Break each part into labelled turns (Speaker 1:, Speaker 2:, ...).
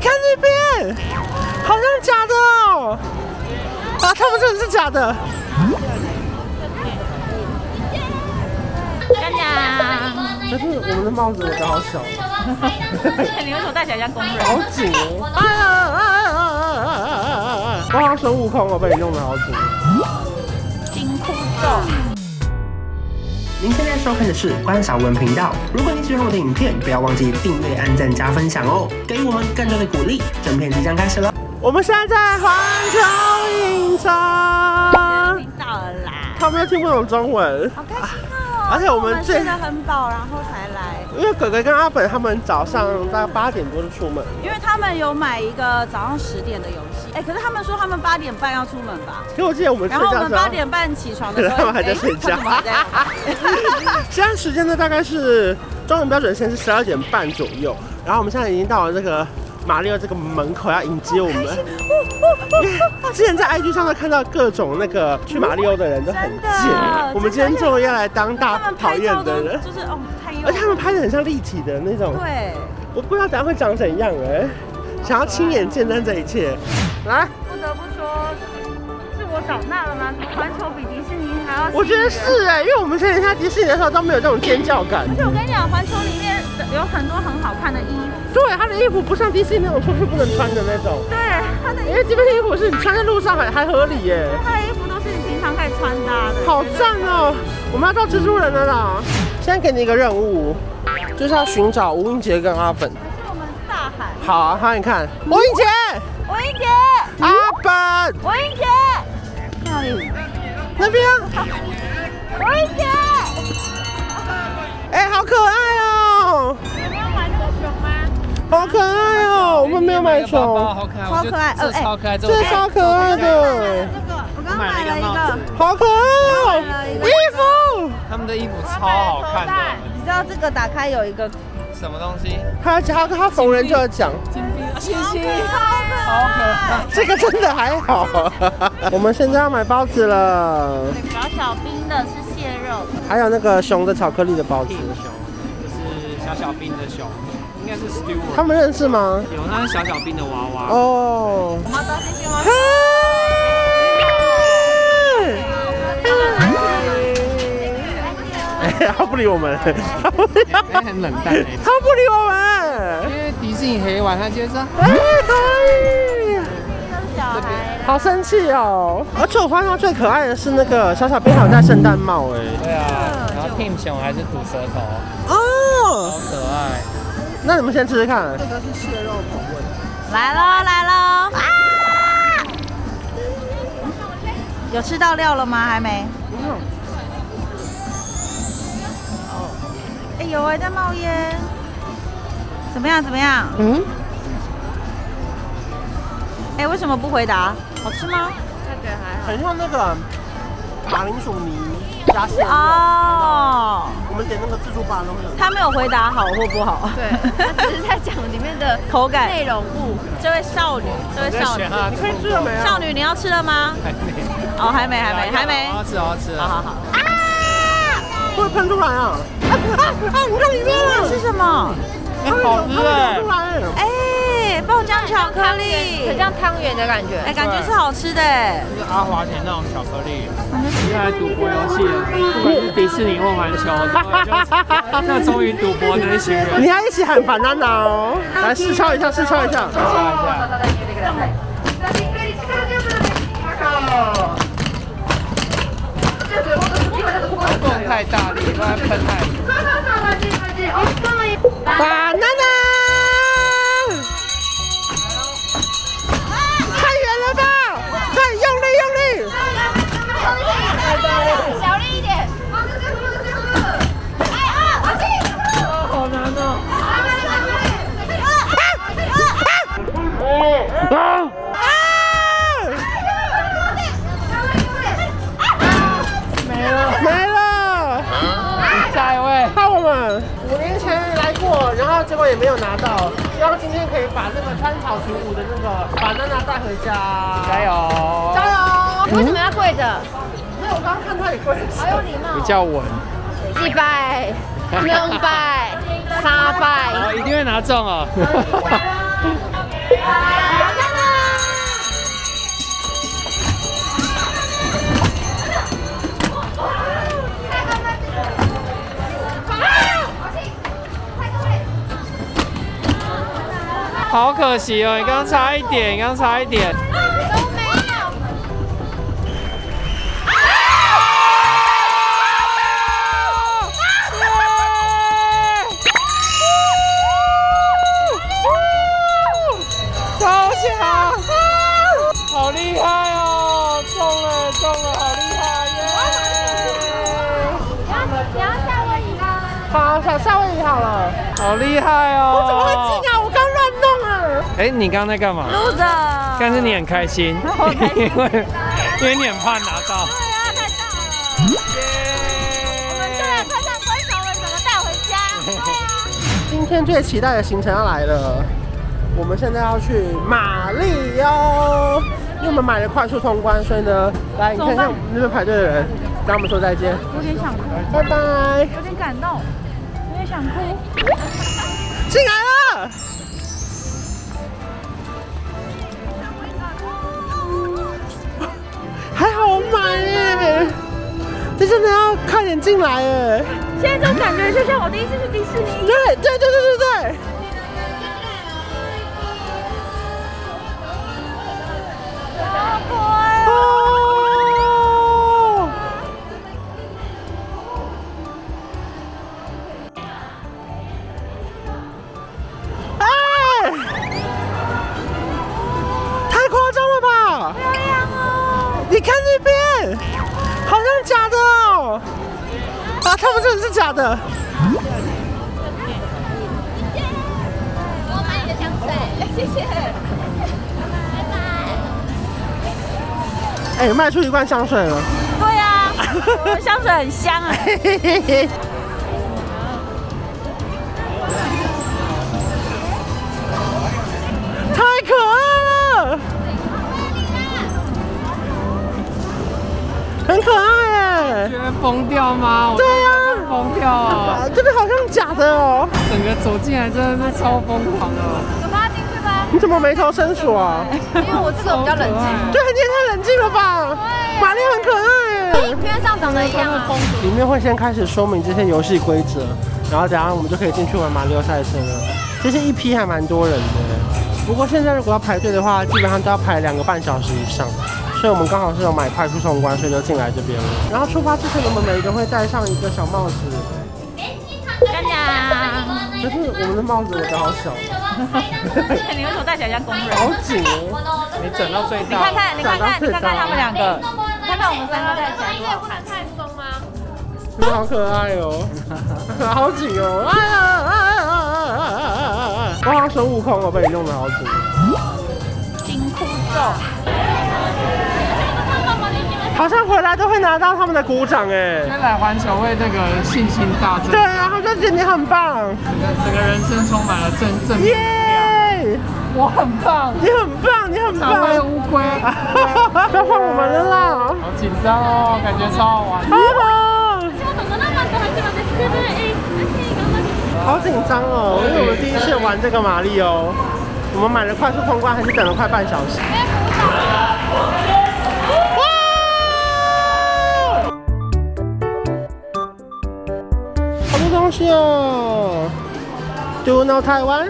Speaker 1: 是？好像假的哦！啊，他们真的是假的。
Speaker 2: 亮亮，
Speaker 1: 可是我们的帽子我的好 小，
Speaker 2: 你为什么戴起来像工人？
Speaker 1: 好紧哦！啊啊啊啊啊啊啊啊！我好像孙悟空哦，被你弄得好紧。
Speaker 2: 金箍咒。
Speaker 3: 您现在收看的是关少文频道。如果你喜欢我的影片，不要忘记订阅、按赞、加分享哦，给予我们更多的鼓励。整片即将开始了。
Speaker 1: 我们现在在环球影城，
Speaker 2: 听到了啦，
Speaker 1: 他们都听不懂中文，
Speaker 2: 啊好开心哦！
Speaker 1: 而且我
Speaker 2: 我
Speaker 1: 们
Speaker 2: 们
Speaker 1: 最
Speaker 2: 吃的很饱，然后才来，
Speaker 1: 因为哥哥跟阿本他们早上大概八点多就出门，
Speaker 2: 因为他们有买一个早上十点的游戏，哎，可是他们说他们八点半要出门吧，
Speaker 1: 因为我记得我们睡
Speaker 2: 然后
Speaker 1: 觉
Speaker 2: 我
Speaker 1: 的
Speaker 2: 们
Speaker 1: 时候
Speaker 2: 八，点半起床的时候，
Speaker 1: 他们 还在睡觉
Speaker 2: 哎他们 还在
Speaker 1: 现在时间呢大概是中文标准线是十二点半左右，然后我们现在已经到了这个马里奥这个门口要迎接 我们。之前在 IG 上都看到各种那个去马里奥的人都很
Speaker 2: 真的
Speaker 1: 贱，我们今天终于要来当
Speaker 2: 他
Speaker 1: 大
Speaker 2: 们
Speaker 1: 讨
Speaker 2: 拍
Speaker 1: 厌
Speaker 2: 照
Speaker 1: 的
Speaker 2: 都
Speaker 1: 人，
Speaker 2: 就是哦，太用
Speaker 1: 而且他们拍的很像立体的那种。
Speaker 2: 对，
Speaker 1: 我不知道等下会长怎样哎、想要亲眼见证这一切。来，
Speaker 4: 不得不说，是我长大了吗？怎么环球比迪士尼还要？
Speaker 1: 我觉得。是哎、因为我们之前在迪士尼的时候都没有这种尖叫感。
Speaker 4: 而且我跟你讲，环球里面有很多很好看的衣服，
Speaker 1: 对，他的衣服不像迪士尼那种出去不能穿的那种，
Speaker 4: 对，它的
Speaker 1: 因为这边的衣服是你穿在路上还还合理耶、
Speaker 4: 它的衣服都是你平常可以穿搭的。
Speaker 1: 好赞哦、我们要到蜘蛛人了啦！现在给你一个任务，就是要寻找吴英杰跟阿本。
Speaker 4: 可是我们大喊
Speaker 1: 好啊，好，你看，吴英杰、
Speaker 4: 文英姐，
Speaker 1: 阿本
Speaker 4: 文英姐，哪里？
Speaker 1: 那边啊，
Speaker 4: 文英姐，
Speaker 1: 哎、好可爱哦、
Speaker 4: 你没有买那个熊吗？
Speaker 1: 好可爱哦、我们没有买
Speaker 5: 包包
Speaker 1: 熊。
Speaker 5: 好可爱，
Speaker 4: 超
Speaker 5: 我
Speaker 4: 可爱呃
Speaker 5: 觉得这
Speaker 4: 哎
Speaker 5: 超可爱，哦这
Speaker 1: 这超可爱的，
Speaker 4: 这个我刚买了一个，
Speaker 1: 好可爱哦！衣服，
Speaker 5: 他们的衣服超好看的，
Speaker 4: 你知道这个打开有一个
Speaker 5: 什么东西？
Speaker 1: 他他他逢人就要讲，
Speaker 5: 金币星星，
Speaker 4: 好
Speaker 5: 好可爱。
Speaker 1: 这个真的还 好。我们现在要买包子了，
Speaker 4: 小小冰的是蟹肉，
Speaker 1: 还有那个熊的巧克力的包子
Speaker 5: 屁，熊就是小小兵的熊，应该是 Stewart。
Speaker 1: 他们认识吗？
Speaker 5: 有那是小小兵的娃娃，
Speaker 1: 哦。哦哎，他不理我们，他不理，他
Speaker 5: 哎很冷淡哎。
Speaker 1: 不理我们。
Speaker 5: 因为迪士尼可以晚上接着。
Speaker 1: 哎，好生气哦！而且我发现它最可爱的是那个小小编好像戴圣诞帽哎。
Speaker 5: 对啊，然后 Tim 熊还是吐舌头，
Speaker 1: 哦，
Speaker 5: 好可爱。
Speaker 1: 那你们先吃吃看。
Speaker 4: 来喽来喽！啊！有吃到料了吗？还没。
Speaker 1: 嗯
Speaker 4: 哎、有哎、在冒烟。怎么样？怎么样？
Speaker 1: 嗯，
Speaker 4: 哎、为什么不回答？好吃吗？
Speaker 1: 很像那个马铃薯泥加蟹肉。
Speaker 5: 啊
Speaker 4: 哦，
Speaker 1: 我们点那个自助吧都会有。
Speaker 4: 他没有回答好或不好。 对，只是在讲里面的口感内容物。这位少女，这位少女，
Speaker 5: 啊，
Speaker 1: 你可以吃了没啊？
Speaker 4: 少女，你要吃了吗？啊哦，还
Speaker 5: 还没，
Speaker 4: 没，还没，还没。
Speaker 5: 好吃，好吃。
Speaker 4: 好好好。
Speaker 1: 会喷出来啊！啊啊！你看里面
Speaker 4: 这是
Speaker 1: 了，
Speaker 4: 什么？
Speaker 5: 哎，好吃哎
Speaker 1: 喷出。来。
Speaker 4: 哎、爆浆巧克力，
Speaker 6: 很像汤圆的感觉
Speaker 4: 哎、。感觉是好吃的哎。
Speaker 5: 就是阿华田那种巧克力，现在赌博游戏，不管是迪士尼或环球， 那终于赌博的一群人，
Speaker 1: 你要一起喊 banana 哦！来试敲一下，试敲一下。
Speaker 5: 刷一下，动太大力，不然喷太多。
Speaker 1: banana！太远了吧！太用力用力！
Speaker 6: 小力一点。
Speaker 1: 啊！没了没了！
Speaker 5: 下一位，
Speaker 1: 看我们五年前来过，然后结果也没有拿到，希望今天可以把那个穿草裙舞的那个 banana 带回家。
Speaker 5: 加！油！
Speaker 1: 加油！
Speaker 6: 为什么要跪着？
Speaker 1: 没有，我刚刚看他也跪着。
Speaker 6: 好有礼
Speaker 5: 比
Speaker 6: 貌。
Speaker 5: 较稳，
Speaker 6: 一百、两百、三百。
Speaker 5: 我一定会拿中哦。
Speaker 6: 哎，
Speaker 5: 好可惜哦，你刚差一点，你刚差一点。
Speaker 6: 都没有。
Speaker 5: 超强！好厉害哦，中了中了，好厉害耶！
Speaker 6: 你要你要夏威夷吗？
Speaker 5: 好，小夏威夷好了，好厉害哦！我怎么会进啊？我刚乱弄啊！哎、你刚刚在干嘛？
Speaker 2: 路的。
Speaker 5: 但是你很 开心，
Speaker 2: 我开心
Speaker 5: 因为因为你很怕拿到。
Speaker 6: 对，快上分手了，怎么带回家？对啊。
Speaker 1: 今天最期待的行程要来了，我们现在要去马里哦，因为我们买了快速通关，所以呢，来你看一下我们那边排队的人，跟他们说再见，
Speaker 2: 有点想哭，
Speaker 1: 拜拜，
Speaker 2: 有点感动，有点想哭。
Speaker 1: 进 来了。还好我买耶，这真的要快点进来耶！
Speaker 2: 现在这种感觉就像我第一次去迪士尼。
Speaker 1: 对对对对对对。哦哎太夸张了吧！漂亮 哦！你看那边，好像假的哦。啊，他们真的是假的。
Speaker 6: 我买你的香水，谢谢。
Speaker 1: 哎、卖出一罐香水了。
Speaker 2: 对啊，我们香水很香啊。
Speaker 1: 嘿嘿嘿。太可爱了，很可爱哎
Speaker 5: 觉。得疯掉吗？我
Speaker 1: 对呀、
Speaker 5: 疯掉啊！
Speaker 1: 啊，这边好像假的哦，
Speaker 5: 整个走进来真的是超疯狂的。
Speaker 6: 我们要进去吗？
Speaker 1: 你怎么眉头深锁啊？
Speaker 6: 因为我这个比较冷静。
Speaker 1: 对，你也太冷静了吧？玛丽很可爱耶。
Speaker 6: 跟上长得一样啊。
Speaker 1: 里面会先开始说明这些游戏规则，然后等下我们就可以进去玩马里奥赛车了。这是一批还蛮多人的，不过现在如果要排队的话，基本上都要排两个半小时以上。所以我们刚好是有买快速通关，所以就进来这边了。然后出发之前，我们每个人会戴上一个小帽子，
Speaker 2: 干呀！
Speaker 1: 可是我们的帽子我觉得好小，
Speaker 2: 你为什么戴起来像工人？
Speaker 1: 好紧哦。
Speaker 5: 你整哎到最大，
Speaker 2: 你看看，你看看，你看看他们两个，
Speaker 6: 看看我们三个在讲多好看。太松吗？
Speaker 1: 你们好可爱哦，好紧哦！啊啊啊啊啊啊啊啊！我好像孙悟空哦，被你弄得好紧。
Speaker 2: 金箍咒。
Speaker 1: 好像回来都会拿到他们的鼓掌哎。
Speaker 5: 今天来环球会那个信心大增
Speaker 1: 对，啊，他们就觉得你很棒，
Speaker 5: 整个人生充满了正正面。
Speaker 1: 耶！
Speaker 5: 我很棒，
Speaker 1: 你很棒，你很
Speaker 5: 长尾
Speaker 1: 棒。
Speaker 5: 乌龟。
Speaker 1: 不要换我们了啦！
Speaker 5: 好紧张哦，感觉超好玩。
Speaker 1: 啊，好紧张哦，因为我们第一次玩这个马里哦，我们买了快速通关，还是等了快半小时。哇好多东西哦，Do you know 台湾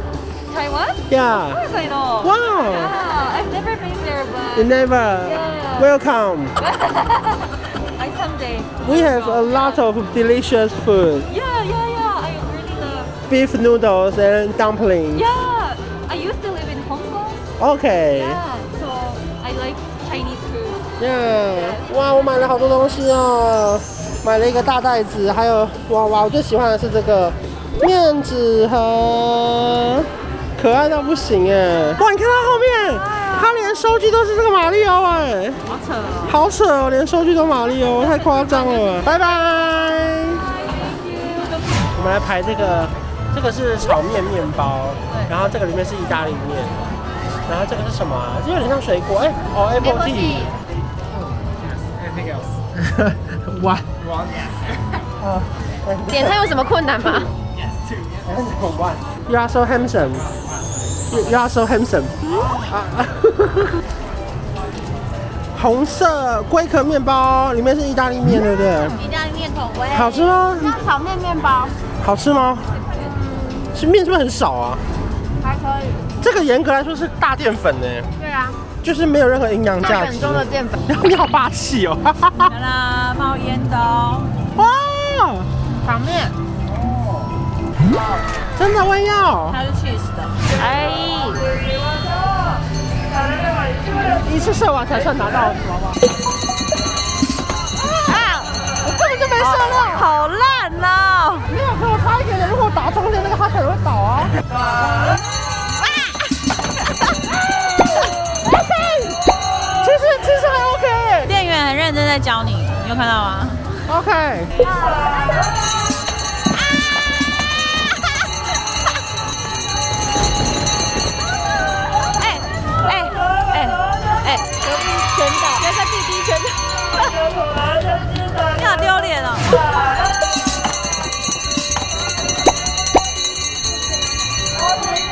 Speaker 4: 台湾？
Speaker 1: ？Yeah。
Speaker 4: I know.
Speaker 1: Wow.
Speaker 4: Yeah, I've never been there,
Speaker 1: You
Speaker 4: but
Speaker 1: never. Welcome.
Speaker 4: I someday.
Speaker 1: We have a lot of delicious food.
Speaker 4: Yeah, yeah, yeah. I really love.
Speaker 1: Beef noodles and dumplings.
Speaker 4: Yeah, I used to live in Hong Kong.
Speaker 1: Okay.
Speaker 4: Yeah, so I like Chinese food.
Speaker 1: Yeah. 嗯哇，我买了好多东西哦，买了一个大袋子，还有哇哇，我最喜欢的是这个面纸盒，可爱到不行哎！哇，你看它后面，它连收据都是这个马里奥哎，
Speaker 2: 好扯哦。
Speaker 1: 好扯哦，连收据都马里奥，太夸张了。拜拜。我们来排这个，这个是炒面面包，然后这个里面是意大利面，然后这个是什么啊？这有点像水果，哎、哦，apple tea。
Speaker 5: Anything else?
Speaker 1: One
Speaker 5: One.
Speaker 1: 啊，
Speaker 6: 点餐有什么困难吗？
Speaker 1: one. You are so handsome. You you are so handsome. 啊红色龟壳面包，里面是意大利面，对不对？
Speaker 6: 意大利面口味。
Speaker 1: 好吃吗？
Speaker 6: 像炒面面包，
Speaker 1: 好吃吗？是面是不是很少啊？
Speaker 6: 还可以。
Speaker 1: 这个严格来说是大淀粉呢，
Speaker 7: 对啊，
Speaker 1: 就是没有任何营养价
Speaker 7: 大
Speaker 1: 值
Speaker 7: 本。中的淀粉。
Speaker 1: 然后 你好霸气哦！
Speaker 4: 好啦，冒烟的哦。
Speaker 1: 哇，
Speaker 7: 旁边
Speaker 1: 真的弯腰，
Speaker 4: 它是 cheese 的，
Speaker 7: 哎，
Speaker 1: 一次射完才算拿到娃娃。
Speaker 7: 啊，
Speaker 1: 我根本就没射到，
Speaker 4: 好烂哦！
Speaker 1: 没有给我发一个人，如果我打中间那个，他可能会倒啊。 哎其实其实还 OK
Speaker 4: 店员很认真在教你，你有看到吗？
Speaker 1: OK。哎
Speaker 7: 哎哎哎哎，隔壁全倒，那个弟弟全倒，
Speaker 4: 你好丢脸哦！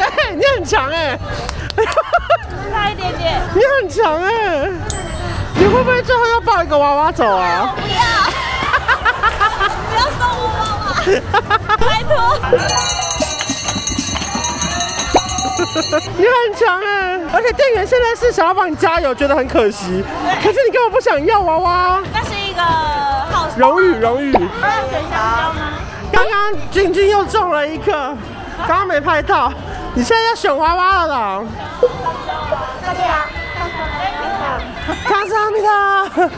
Speaker 1: 哎，你很强哎，
Speaker 4: 差一点点，
Speaker 1: 你很强哎，你会不会最后要抱一个娃娃走啊？
Speaker 6: 不要，不要送我妈妈，拜托。
Speaker 1: 你很强哎，而且店员现在是想要帮你加油，觉得很可惜，可是你根本不想要娃娃，
Speaker 4: 那是一个好
Speaker 1: 荣誉荣誉。
Speaker 4: 选项吗？
Speaker 1: 刚刚君君又中了一个，刚刚没拍到，你现在要选娃娃了啦。康斯阿米达，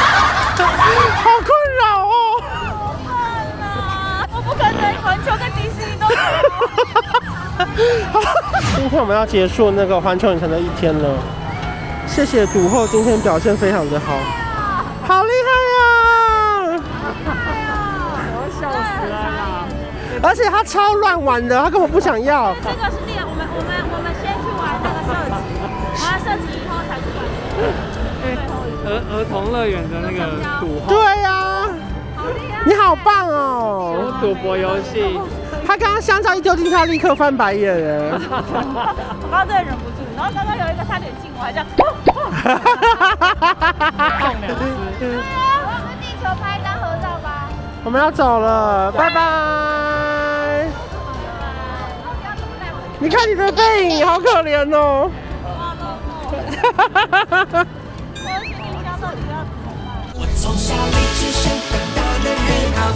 Speaker 1: 好困扰哦。
Speaker 6: 我不可能环球跟迪士尼都
Speaker 1: 今天我们要结束那个环球影城的一天了，谢谢赌后今天表现非常的好，好厉害啊呀、
Speaker 5: 啊
Speaker 1: 而且他超乱玩的，他根本不想要。
Speaker 6: 这个是练我们我们我们先去玩那个射击，玩完射击以后才去玩。
Speaker 5: 儿儿童乐园的那个赌
Speaker 1: 对
Speaker 5: 后，
Speaker 1: 呀、你好棒哦！
Speaker 5: 赌博游戏，
Speaker 1: 他刚刚香蕉一丢进去，他立刻翻白眼了。
Speaker 4: 我刚刚真的忍不住，然后刚刚有一个差点进我，还这样。
Speaker 6: 我们地球拍一张合照吧。
Speaker 1: 我们要走了，拜拜。你看你的背影，好可怜哦。
Speaker 8: 我从小一直想当到的人好